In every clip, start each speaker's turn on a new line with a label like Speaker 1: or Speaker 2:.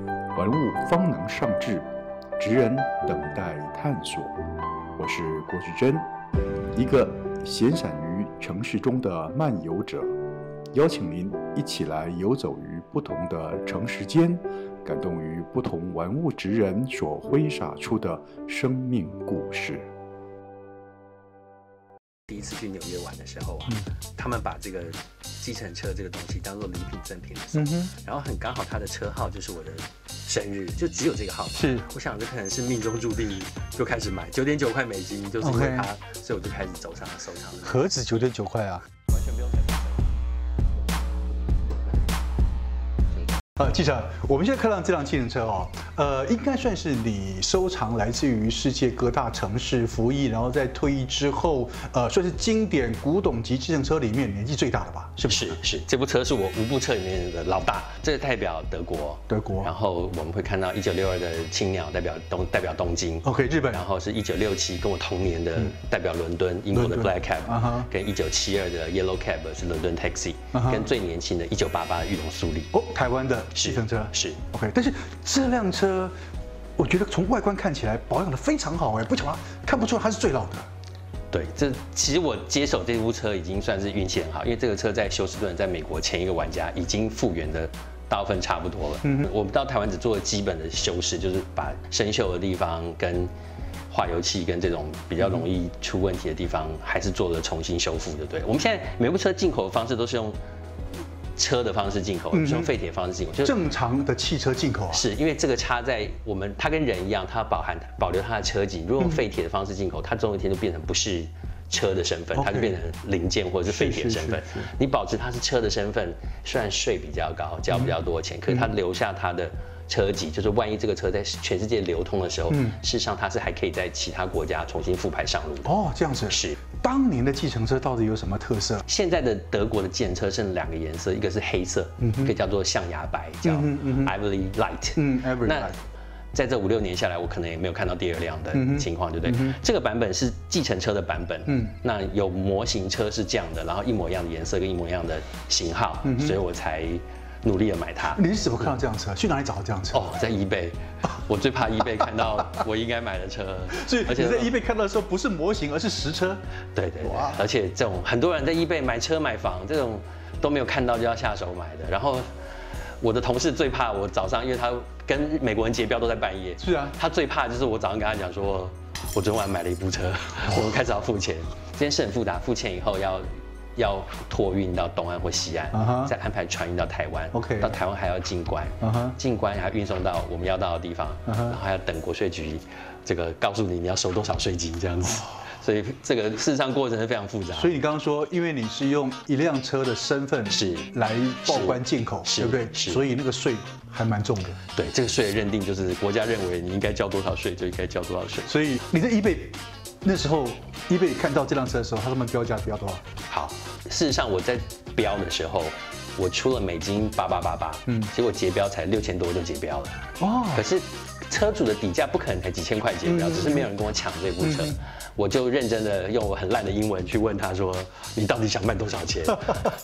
Speaker 1: 玩物方能上志，职人等待探索。我是郭旭珍，一个闲散于城市中的漫游者，邀请您一起来游走于不同的城市间，感动于不同玩物职人所挥洒出的生命故事。
Speaker 2: 第一次去纽约玩的时候啊，他们把这个计程车这个东西当做礼品赠品的时
Speaker 3: 嗯
Speaker 2: 候，
Speaker 4: 哼，
Speaker 2: 然后很刚好他的车号就是我的生日，就只有这个号码。
Speaker 4: 是
Speaker 2: 我想这可能是命中注定，就开始买九点九块美金，就是因为
Speaker 4: OK
Speaker 2: 它所以我就开始走上了收藏。
Speaker 4: 何止九点九块啊！
Speaker 2: 完全不用等。
Speaker 4: 呃，记者，我们现在看到这辆计程车哦，呃，应该算是你收藏来自于世界各大城市服役，然后在退役之后，呃，算是经典古董级计程车里面年纪最大的吧？是不是？
Speaker 3: 是是，这部车是我五部车里面的老大，这代表德国。
Speaker 4: 德国
Speaker 3: 然后我们会看到一九六二的青鸟代表东代表东京，
Speaker 4: ，OK，日本
Speaker 3: 然后是一九六七跟我同年的代表伦敦英国的
Speaker 4: 伦敦
Speaker 3: Black Cab，、
Speaker 4: 啊哈
Speaker 3: 跟一九七二的 Yellow Cab 是伦敦 Taxi，、
Speaker 4: 啊哈
Speaker 3: 跟最年轻的一九八八的玉龙苏力。
Speaker 4: 哦，台湾的计程车
Speaker 3: 是
Speaker 4: OK，但是这辆车，我觉得从外观看起来保养的非常好哎，不巧啊，看不出来它是最老的。
Speaker 3: 对，这其实我接手这部车已经算是运气很好，因为这个车在休斯顿，在美国前一个玩家已经复原的大部分差不多了。嗯，我们到台湾只做了基本的修饰，就是把生锈的地方跟化油器跟这种比较容
Speaker 4: 嗯
Speaker 3: 易出问题的地方，还是做了重新修复的。对，我们现在每部车进口的方式都是用车的方式进口，
Speaker 4: 嗯
Speaker 3: 不是用废铁的方式进口，就是
Speaker 4: 正常的汽车进口啊，
Speaker 3: 呃是因为这个差在我们，它跟人一样，它保含保留它的车籍。如果用废铁的方式进口，它总有一天就变成不是车的身份，
Speaker 4: OK
Speaker 3: 它就变成零件或者是废铁的身份
Speaker 4: 是是是是。
Speaker 3: 你保持它是车的身份，虽然税比较高，交比较多钱，
Speaker 4: 嗯
Speaker 3: 可是它留下它的。车籍就是，万一这个车在全世界流通的时候，
Speaker 4: 嗯
Speaker 3: 事实上它是还可以在其他国家重新复牌上路的。
Speaker 4: 哦，这样子
Speaker 3: 是。
Speaker 4: 当年的计程车到底有什么特色？
Speaker 3: 现在的德国的建车剩两个颜色，一个是黑色，一个叫做象牙白，叫
Speaker 4: 嗯嗯哼嗯哼
Speaker 3: Ivory Light。
Speaker 4: 嗯，Every
Speaker 3: 那
Speaker 4: Light
Speaker 3: 在这五六年下来，我可能也没有看到第二辆
Speaker 4: 嗯
Speaker 3: 的情况，对不对？这个版本是计程车的版本，嗯，那有模型车是这样的，然后一模一样的颜色跟一模一样的型号，
Speaker 4: 嗯
Speaker 3: 所以我才努力的买它。
Speaker 4: 你是怎么看到这辆车？去哪里找到这辆车？
Speaker 3: 哦，在 eBay，我最怕 eBay 看到我应该买的车，
Speaker 4: 所以你在
Speaker 3: 呢
Speaker 4: eBay 看到的时候，不是模型，而是实车。
Speaker 3: 对对对
Speaker 4: 哇，
Speaker 3: 而且这种很多人在 eBay 买车买房，这种都没有看到就要下手买的。然后我的同事最怕我早上，因为他跟美国人结标都在半夜，
Speaker 4: 是啊
Speaker 3: 他最怕就是我早上跟他讲说，我昨晚买了一部车， 我们开始要付钱，这件事很复杂，付钱以后要。要托运到东岸或西岸
Speaker 4: 啊哈
Speaker 3: 再安排船运到台湾
Speaker 4: OK
Speaker 3: 到台湾还要进关
Speaker 4: 啊哈
Speaker 3: 进关还要运送到我们要到的地方
Speaker 4: 啊哈
Speaker 3: 然后还要等国税局这个告诉你你要收多少税金这样子，所以这个事实上过程是非常复杂。
Speaker 4: 啊所以你刚刚说，因为你是用一辆车的身份
Speaker 3: 是
Speaker 4: 来报关进口，
Speaker 3: 是
Speaker 4: 对不对？
Speaker 3: 是
Speaker 4: 所以那个税还蛮重的。
Speaker 3: 对这个税的认定就是国家认为你应该交多少税就应该交多少税。
Speaker 4: 所以你在 eBay 那时候，eBay 看到这辆车的时候，他们标价标多少？
Speaker 3: 好，事实上我在标的时候，我出了美金八八八八，嗯，结果结标才六千多就结标了。
Speaker 4: 哇
Speaker 3: 可是车主的底价不可能才几千块
Speaker 4: 嗯
Speaker 3: 钱，只是没有人跟我抢这部车，我就认真的用我很烂的英文去问他说：“你到底想卖多少 钱？”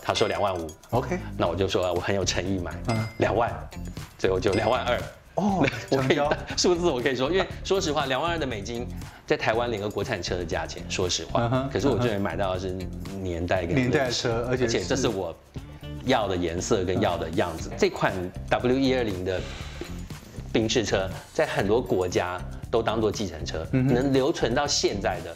Speaker 3: 他说两万五。
Speaker 4: OK
Speaker 3: 那我就说啊我很有诚意买
Speaker 4: 嗯，
Speaker 3: 两万，最后就两万二。
Speaker 4: 哦
Speaker 3: 我可
Speaker 4: 成
Speaker 3: 以
Speaker 4: 交
Speaker 3: 数字我可以说，因为说实话，两万二的美金在台湾领个国产车的价钱，说实
Speaker 4: 嗯
Speaker 3: 话
Speaker 4: 哼，
Speaker 3: 可是我这里买到的是年代跟
Speaker 4: 年代
Speaker 3: 乐视
Speaker 4: 车而且
Speaker 3: 而且这
Speaker 4: 是嗯
Speaker 3: 是我要的颜色跟要的样子。这款 W 一二零的宾士车在很多国家都当做计程车，
Speaker 4: 嗯
Speaker 3: 能留存到现在的。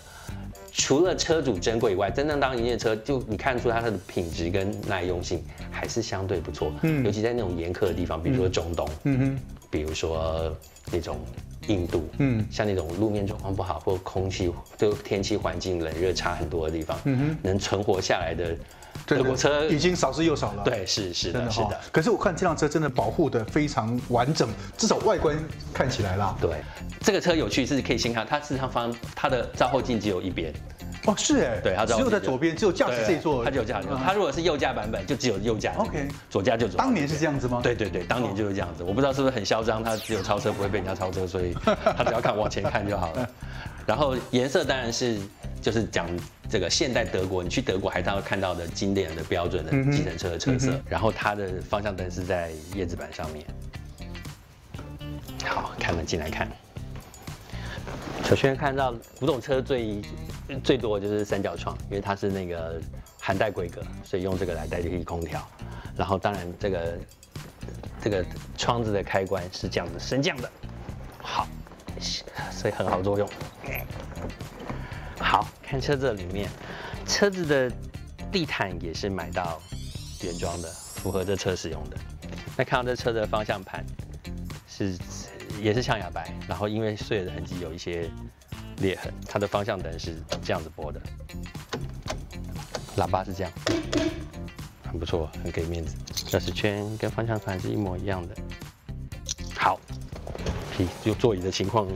Speaker 3: 除了车主珍贵以外，真正当营业车，就你看出它的品质跟耐用性还是相对不错。嗯，尤其在那种严苛的地方，比如说中东，嗯哼，比如说那种印度，嗯，像那种路面状况不好或空气就天气环境冷热差很多的地方，嗯哼，能存活下来的德国车
Speaker 4: 已经少之又少了。。
Speaker 3: 对，是是
Speaker 4: 真
Speaker 3: 的，
Speaker 4: 的
Speaker 3: 是
Speaker 4: 哈、
Speaker 3: 的。
Speaker 4: 可是我看这辆车真的保护的非常完整，至少外观看起来啦。
Speaker 3: 对，这个车有趣是可以先看，它事实上方它的照后镜只有一边，
Speaker 4: 哦，是哎，
Speaker 3: 对，它照
Speaker 4: 只
Speaker 3: 后镜
Speaker 4: 有在左边，只有驾驶这一座，嗯
Speaker 3: 对它只有驾驶座。它如果是右驾版本，就只有右驾这边
Speaker 4: OK
Speaker 3: 左驾就左。
Speaker 4: 当年是这样子吗？
Speaker 3: 对对对，当年就是这样子。我不知道是不是很嚣张，他只有超车不会被人家超车，所以他只要看往前看就好了。然后颜色当然是就是讲这个现代德国，你去德国还能看到的经典的标准的计程车的车色。然后它的方向灯是在叶子板上面，好，开门进来看。首先看到古董车最最多的就是三角窗，因为它是那个寒带规格，所以用这个来代替空调。然后当然这个这个窗子的开关是这样子升降的，好，所以很好作用。好看车子的里面，车子的地毯也是买到原装的，符合这车使用的。那看到这车的方向盘是也是象牙白，然后因为岁月的痕迹有一些裂痕，它的方向灯是这样子拨的，喇叭是这样，很不错，很给面子。钥匙圈跟方向盘是一模一样的。好，皮就座椅的情况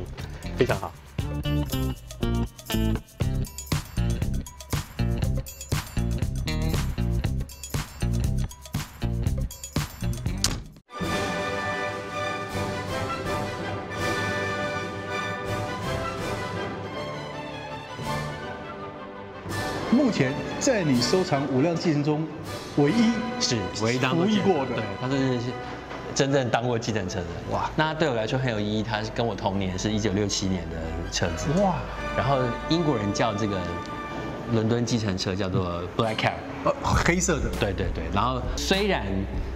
Speaker 3: 非常好。
Speaker 4: 目前在你收藏五辆计程中，唯一
Speaker 3: 是唯一当
Speaker 4: 服役过的
Speaker 3: 对，他真的是真正当过计程车的。哇
Speaker 4: 哇，
Speaker 3: 那对我来说很有意义，他是跟我同年，是一九六七年的车子。
Speaker 4: 哇，
Speaker 3: 然后英国人叫这个伦敦计程车叫做 Black Cab。
Speaker 4: 呃，黑色的，
Speaker 3: 对对对，然后虽然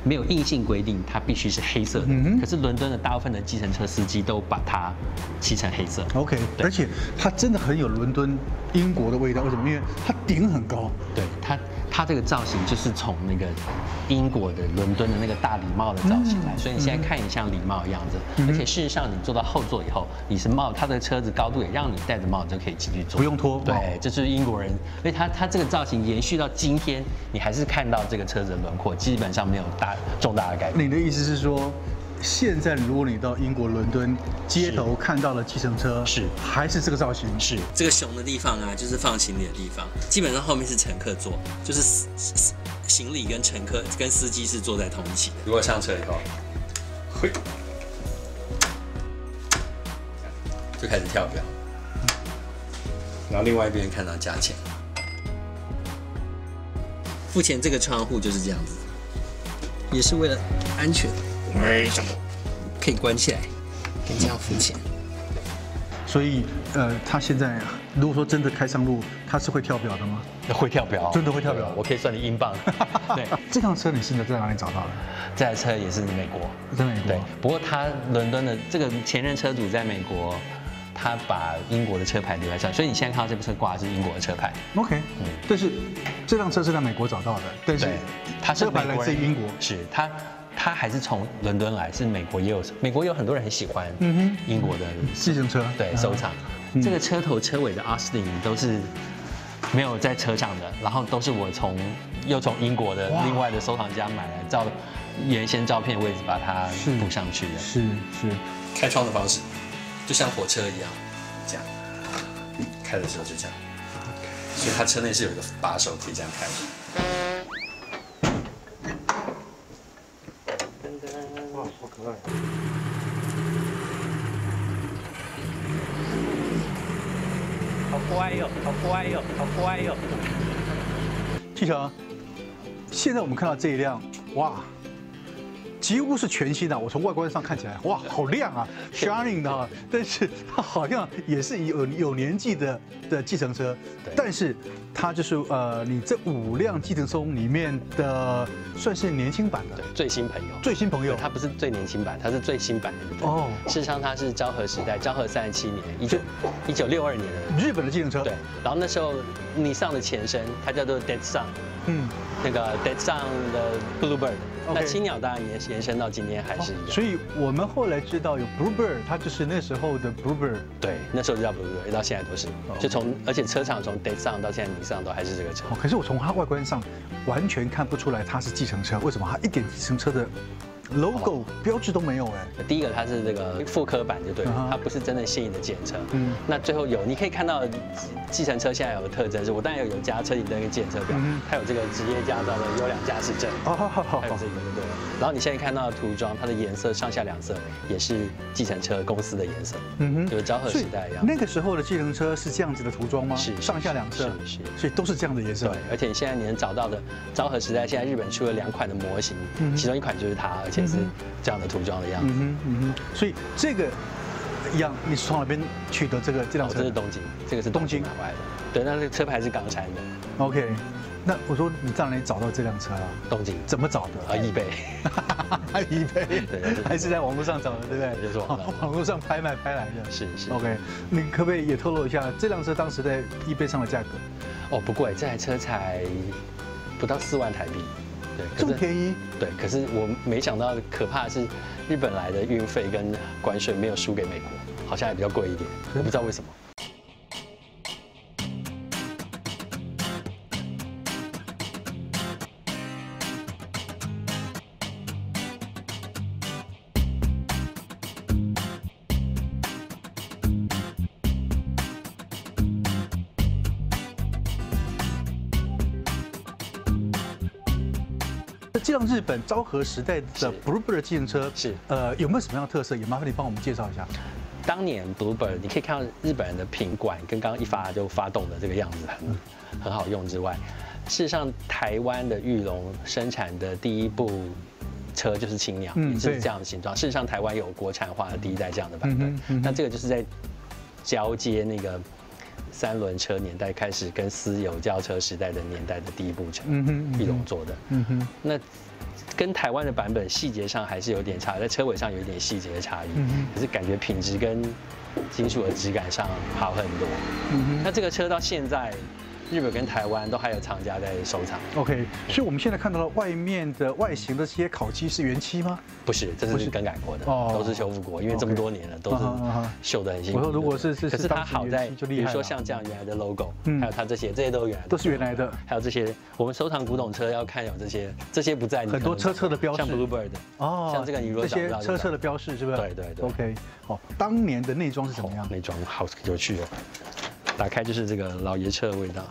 Speaker 3: 没有硬性规定它必须是黑色的，
Speaker 4: 嗯哼
Speaker 3: 可是伦敦的大部分的计程车司机都把它漆成黑色。
Speaker 4: OK，
Speaker 3: 对
Speaker 4: 而且它真的很有伦敦、英国的味道。为什么？因为它顶很高，
Speaker 3: 对它，它这个造型就是从那个英国的伦敦的那个大礼帽的造型来，
Speaker 4: 嗯
Speaker 3: 所以你现在看你像礼帽一样子，而且事实上你坐到后座以后，你是帽，它的车子高度也让你戴着帽子就可以继续坐，
Speaker 4: 不用脱帽
Speaker 3: 对，这是英国人，所以它它这个造型延续到今天，你还是看到这个车子的轮廓基本上没有大重大的改变。
Speaker 4: 你的意思是说，现在如果你到英国伦敦街头看到了计程车，
Speaker 3: 是
Speaker 4: 还是这个造型？
Speaker 3: 是
Speaker 5: 这个熊的地方啊，就是放行李的地方，基本上后面是乘客座，就是司司行李跟乘客跟司机是坐在同一起的。
Speaker 2: 如果上车以后，嘿，
Speaker 5: 就开始跳表，然后另外一边看到加钱。付钱这个窗户就是这样子，也是为了安全。为什么？可以关起来，可以这样付钱。
Speaker 4: 所以，呃，它现在如果说真的开上路，它是会跳表的吗？
Speaker 3: 会跳表，
Speaker 4: 真的会跳表
Speaker 3: 我可以算你英 镑。 对，
Speaker 4: 这辆车你现在在哪里找到的？
Speaker 3: 这台车也是美国。
Speaker 4: 在美
Speaker 3: 对
Speaker 4: 国。，
Speaker 3: 不过他伦敦的这个前任车主在美国，他把英国的车牌留在这，所以你现在看到这部车挂的是英国的车牌。
Speaker 4: OK，但是这辆车是在美国找到的，但
Speaker 3: 嗯
Speaker 4: 是
Speaker 3: 对，它是
Speaker 4: 车牌来自
Speaker 3: 美
Speaker 4: 英国。
Speaker 3: 是它它还是从伦敦来，是美国也有美国有很多人很喜欢
Speaker 4: 嗯
Speaker 3: 英国的
Speaker 4: 计程车
Speaker 3: 对
Speaker 4: 嗯
Speaker 3: 收藏。
Speaker 4: 嗯
Speaker 3: 这个车头车尾的 Austin 都是没有在车上的，然后都是我从又从英国的
Speaker 4: 哇
Speaker 3: 另外的收藏家买来照原先照片位置把它
Speaker 4: 是
Speaker 3: 补上去的。
Speaker 4: 是是，
Speaker 5: 开窗的方式，就像火车一样，这样开的时候就这样。所以它车内是有一个把手可以这样开的。
Speaker 4: 季成，啊现在我们看到这一辆，哇，几乎是全新的。我从外观上看起来，哇，好 亮啊，shining 的啊，但是它好像也是有有年纪的的计程车
Speaker 3: 对，
Speaker 4: 但是它就是呃，你这五辆计程车里面的算是年轻版的
Speaker 3: 对，最新朋友。
Speaker 4: 最新朋友
Speaker 3: 对，，它不是最年轻版，它是最新版的日本。
Speaker 4: 哦
Speaker 3: 事实上它是昭和时代，昭和三十七年，一九一九六二年的。
Speaker 4: 日本的计程车，
Speaker 3: 对，，然后那时候尼桑的前身，它叫做 Dead Sun，
Speaker 4: 嗯，
Speaker 3: 那个 Dead Sun 的 Bluebird。
Speaker 4: OK 哦
Speaker 3: 那青鸟当然延延伸到今天还是一样。
Speaker 4: 所以我们后来知道有 Bluebird，它就是那时候的 Bluebird。
Speaker 3: 对，那时候就叫 Bluebird，到现在都是。
Speaker 4: 哦
Speaker 3: 就从而且车厂从 Dead Sun 到现在尼桑都还是这个车。
Speaker 4: 哦，可是我从它外观上完全看不出来它是计程车，为什么它一点计程车的 logo 标志都没有？哎，
Speaker 3: 第一个它是这个复刻版就对
Speaker 4: 嗯
Speaker 3: 了
Speaker 4: 哼，
Speaker 3: 它不是真的现役的检车。
Speaker 4: 嗯
Speaker 3: 嗯，那最后有你可以看到计程车现在有的特征是，我当然有有加车顶灯跟检车表
Speaker 4: 嗯哼，
Speaker 3: 它有这个职业驾照的优良驾驶证，
Speaker 4: 哦，好好
Speaker 3: 还有
Speaker 4: 好
Speaker 3: 这个对。然后你现在看到的涂装，它的颜色上下两色也是计程车公司的颜色，
Speaker 4: 嗯哼
Speaker 3: 就是昭和
Speaker 4: 所以
Speaker 3: 时代一样。
Speaker 4: 那个时候的计程车是这样子的涂装吗？
Speaker 3: 是是
Speaker 4: 上下两色，
Speaker 3: 是是
Speaker 4: 所以都是这样的颜色
Speaker 3: 对。，而且你现在你能找到的昭和时代，现在日本出了两款的模型，
Speaker 4: 嗯哼
Speaker 3: 其中一款就是它，而且是这样的涂装的样
Speaker 4: 嗯
Speaker 3: 子。
Speaker 4: 哼嗯哼，所以这个样你是从哪边取得这个这辆
Speaker 3: 哦，这
Speaker 4: 车
Speaker 3: 是东京，这个是
Speaker 4: 东
Speaker 3: 东京
Speaker 4: 京
Speaker 3: 买回来的。对，那这个车牌是港产的，
Speaker 4: ？OK，那我说你在哪里找到这辆车啊？
Speaker 3: 东京
Speaker 4: 怎么找
Speaker 3: 啊，
Speaker 4: 的？
Speaker 3: 易贝。
Speaker 4: 还以为
Speaker 3: 对
Speaker 4: 还是在网络上找的，对不对？
Speaker 3: 就是网络上
Speaker 4: 网络上拍卖拍来 的。
Speaker 3: 是是
Speaker 4: OK，你可不可以也透露一下这辆车当时在 eBay 上的价格？
Speaker 3: 哦，不贵，这台车才不到四万台币。对，可是
Speaker 4: 这么便宜？
Speaker 3: 对，可是我没想到，可怕的是日本来的运费跟关税没有输给美国，好像还比较贵一点，我不知道为什么。
Speaker 4: 这辆日本昭和时代的
Speaker 3: 是
Speaker 4: Bluebird 计程车
Speaker 3: 是
Speaker 4: 呃有没有什么样的特色？也麻烦你帮我们介绍一下。
Speaker 3: 当年 Bluebird，你可以看到日本人的品管跟刚刚一发就发动的这个样子很很好用之外，事实上台湾的玉龙生产的第一部车就是青鸟，
Speaker 4: 嗯
Speaker 3: 也
Speaker 4: 对
Speaker 3: 是这样的形状。事实上台湾有国产化的第一代这样的版
Speaker 4: 嗯
Speaker 3: 本
Speaker 4: 哼，嗯哼
Speaker 3: 那这个就是在交接那个三轮车年代开始跟私有轿车时代的年代的第一部车，
Speaker 4: 嗯哼嗯哼
Speaker 3: 玉龙做的。
Speaker 4: 嗯哼，
Speaker 3: 那跟台湾的版本细节上还是有点差，在车尾上有一点细节的差异，
Speaker 4: 嗯哼
Speaker 3: 可是感觉品质跟金属的质感上好很多。
Speaker 4: 嗯
Speaker 3: 那这个车到现在，日本跟台湾都还有厂家在收藏，
Speaker 4: 哼，OK。所以我们现在看到了外面的外形的这些烤漆是原漆吗？
Speaker 3: 不是，这
Speaker 4: 不
Speaker 3: 是
Speaker 4: 是
Speaker 3: 更改过的，
Speaker 4: 哦
Speaker 3: 都是修复过，因为这么
Speaker 4: OK
Speaker 3: 多年了，都是
Speaker 4: 啊哈啊哈
Speaker 3: 修得很辛苦。
Speaker 4: 我说如果是是
Speaker 3: 可
Speaker 4: 是
Speaker 3: 是它
Speaker 4: 当时
Speaker 3: 好
Speaker 4: 原
Speaker 3: 在，
Speaker 4: 漆就厉
Speaker 3: 比如
Speaker 4: 害
Speaker 3: 说
Speaker 4: 了
Speaker 3: 像这样原来的 logo，
Speaker 4: 嗯
Speaker 3: 还有它这些，这些都是原来的
Speaker 4: 都是原来的。
Speaker 3: 还有这些，我们收藏古董车要看有这些，这些不在你
Speaker 4: 很多
Speaker 3: 可能
Speaker 4: 车侧的标
Speaker 3: 像
Speaker 4: 志
Speaker 3: Bluebird，
Speaker 4: 哦
Speaker 3: 像这个你如果
Speaker 4: 这些
Speaker 3: 找不到就
Speaker 4: 车
Speaker 3: 找
Speaker 4: 侧的标示是不是？
Speaker 3: 对对对
Speaker 4: OK，好，当年的内装是怎么样？
Speaker 3: 那装好有趣哦，打开就是这个老爷车的味道。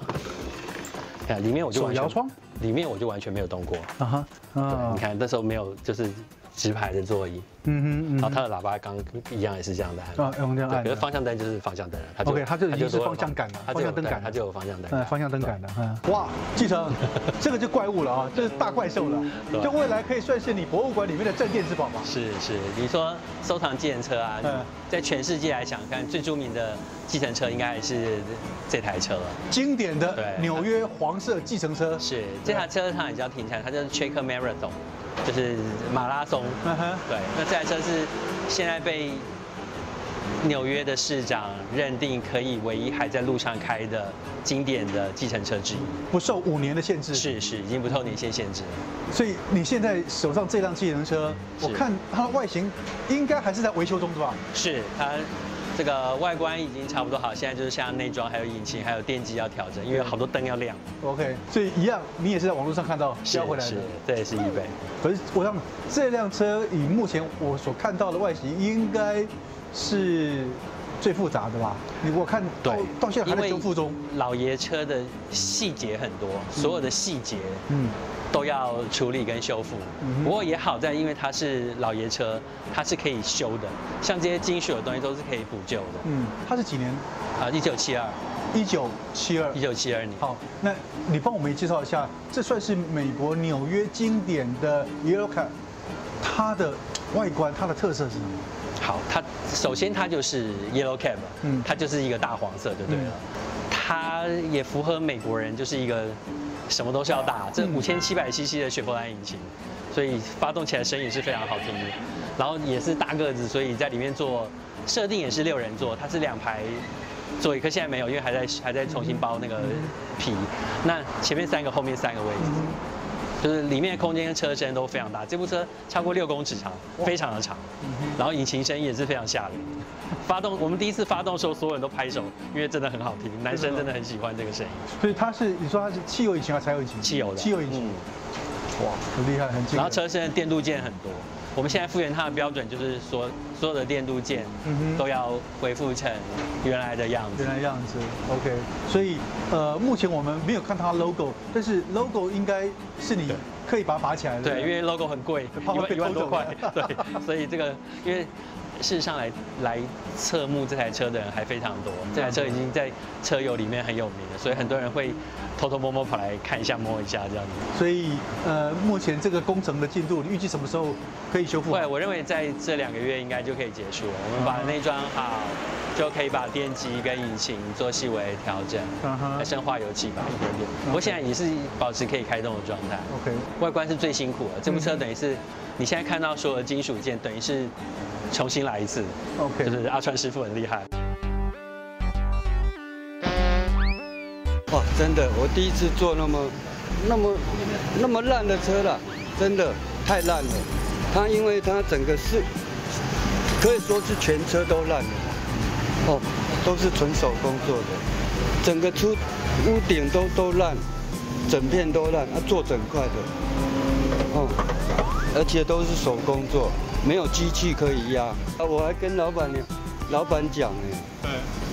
Speaker 3: 哎呀，里面我就完全
Speaker 4: 手摇窗，
Speaker 3: 里面我就完全没有动过。
Speaker 4: 啊哈，
Speaker 3: 对，
Speaker 4: 啊
Speaker 3: 你，看那时候没有就是直排的座椅，
Speaker 4: 嗯哼嗯
Speaker 3: 然后
Speaker 4: 哼
Speaker 3: 它的喇叭刚一样也是这样的按。
Speaker 4: 啊用这样按的
Speaker 3: 对可是方向灯就是方向灯了，它
Speaker 4: OK，它就已经是
Speaker 3: 多了
Speaker 4: 方向感了
Speaker 3: 它就
Speaker 4: 方
Speaker 3: 有
Speaker 4: 向灯感了
Speaker 3: 对它就有方向灯。
Speaker 4: 呃，方向灯杆的，嗯，哇，继承，这个就怪物了啊，这是大怪兽了，
Speaker 3: 对
Speaker 4: 就未来可以算是你博物馆里面的镇店之宝吧。
Speaker 3: 是是，你说收藏计程车啊
Speaker 4: 嗯，
Speaker 3: 在全世界来想看最著名的计程车应该还是这台车了。
Speaker 4: 经典的
Speaker 3: 对
Speaker 4: 纽约黄色计程车，
Speaker 3: 是这台车它也叫停产，它叫 Checker Marathon，就是马拉松。
Speaker 4: 嗯哼，
Speaker 3: 对，那这台车是现在被纽约的市长认定可以唯一还在路上开的经典的计程车之一。
Speaker 4: 不受五年的限制，，
Speaker 3: 是是，已经不受年限限制了。
Speaker 4: 所以你现在手上这辆计程车，
Speaker 3: 是
Speaker 4: 我看它的外形应该还是在维修中，对吧？
Speaker 3: 是它这个外观已经差不多好，现在就是像内装、还有引擎、还有电机要调整，因为好多灯要亮。
Speaker 4: OK，所以一样，你也是在网络上看到
Speaker 3: 是
Speaker 4: 标回来
Speaker 3: 是
Speaker 4: 的。，
Speaker 3: 这也是一倍。
Speaker 4: 可是我想这辆车以目前我所看到的外形，应该是最复杂的吧？你我看到到现在还在修复中。。
Speaker 3: 老爷车的细节很多，所有的细节，
Speaker 4: 嗯
Speaker 3: 嗯，都要处理跟修复
Speaker 4: 嗯哼。
Speaker 3: 不过也好在，因为它是老爷车，它是可以修的，像这些金属的东西都是可以补救的。
Speaker 4: 嗯，它是几年？
Speaker 3: 啊，一九七二，
Speaker 4: 一九七二
Speaker 3: 一。九七二年。
Speaker 4: 好，那你帮我们也介绍一下，这算是美国纽约经典的 Yellow Cab，它的外观、它的特色是什么？
Speaker 3: 好，它首先它就是 yellow cab，
Speaker 4: 嗯
Speaker 3: 嗯，它就是一个大黄色就对了，它也符合美国人就是一个什么都是要大，这五千七百 cc 的雪佛兰引擎，所以发动起来声音也是非常好听的，然后也是大个子，所以在里面坐设定也是六人座，它是两排。座椅，可现在没有，因为还在还在重新包那个皮。那前面三个，后面三个位置，就是里面的空间跟车身都非常大，这部车超过六公尺长，非常的长，然后引擎声音也是非常吓人。发动，我们第一次发动的时候，所有人都拍手，
Speaker 4: 嗯
Speaker 3: 因为真的很好听，男生真的很喜欢这个声音。
Speaker 4: 所以它是你说它是汽油引擎还是柴油引擎？
Speaker 3: 汽油的嗯
Speaker 4: 汽油引擎。哇，很厉害，很惊人。
Speaker 3: 然后车身的电镀件很多，我们现在复原它的标准就是说，所有的电镀件
Speaker 4: 嗯哼
Speaker 3: 都要恢复成原来的样子
Speaker 4: 原。来样子，OK。所以呃，目前我们没有看它 logo，但是 logo 应该是你刻意把它拔起来了。
Speaker 3: 对，因为 logo 很贵，
Speaker 4: 怕
Speaker 3: 一
Speaker 4: 会被
Speaker 3: 万一万
Speaker 4: 偷
Speaker 3: 多
Speaker 4: 走
Speaker 3: 块， 对，所以这个因为事实上来来侧目这台车的人还非常多，
Speaker 4: 嗯
Speaker 3: 这台车已经在车友里面很有名了，所以很多人会偷偷摸摸跑来看一下摸一下这样子。
Speaker 4: 所以呃，目前这个工程的进度，你预计什么时候可以修复
Speaker 3: 后
Speaker 4: 好？啊
Speaker 3: 来我认为在这两个月应该就可以结束了，我们把内装好。就可以把电机跟引擎做细微调整
Speaker 4: 嗯哼，
Speaker 3: 深化油漆吧一点点。
Speaker 4: OK
Speaker 3: 不过现在也是保持可以开动的状态。
Speaker 4: OK，
Speaker 3: 外观是最辛苦的，这部车
Speaker 4: 嗯
Speaker 3: 等于是你现在看到所有的金属件，等于是重新来一次。
Speaker 4: OK
Speaker 3: 就是阿川师傅很厉害。
Speaker 6: 哦，真的，我第一次坐那么、那么、那么烂的车了，真的太烂了。它因为它整个是可以说是全车都烂了，哦，都是纯手工做的，整个出屋顶都都烂，整片都烂，它、做整块的，哦，而且都是手工做，没有机器可以压。啊，我还跟老板娘、老板讲哎。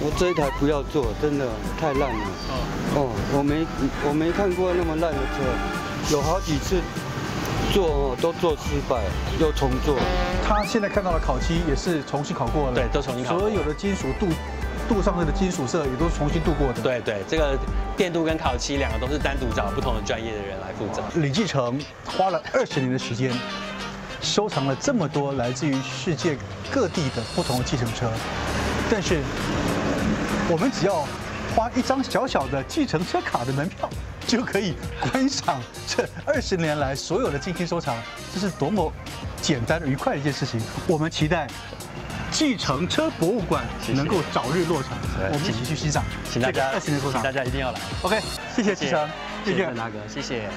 Speaker 6: 我这一台不要做，真的太烂了。哦，我没我没看过那么烂的车，有好几次做哦都做失败，又重做。
Speaker 4: 他现在看到的烤漆也是重新烤过了，
Speaker 3: 对都重新烤过
Speaker 4: 所有的金属镀镀上去的金属色也都是重新镀过的。，
Speaker 3: 对对，这个电镀跟烤漆两个都是单独找不同的专业的人来负责。
Speaker 4: 李继成花了二十年的时间，收藏了这么多来自于世界各地的不同的计程车，但是我们只要花一张小小的计程车卡的门票，就可以观赏这二十年来所有的精心收藏，这是多么简单愉快的一件事情。我们期待。计程车博物馆能够早日落成，我们一起去欣赏
Speaker 3: 请
Speaker 4: 这
Speaker 3: 大
Speaker 4: 个
Speaker 3: 家
Speaker 4: 二十年收
Speaker 3: 请
Speaker 4: 藏
Speaker 3: 大。家一定要来，
Speaker 4: OK，谢谢
Speaker 3: 谢
Speaker 4: 继
Speaker 3: 谢
Speaker 4: 成，
Speaker 3: 谢谢大哥，谢谢。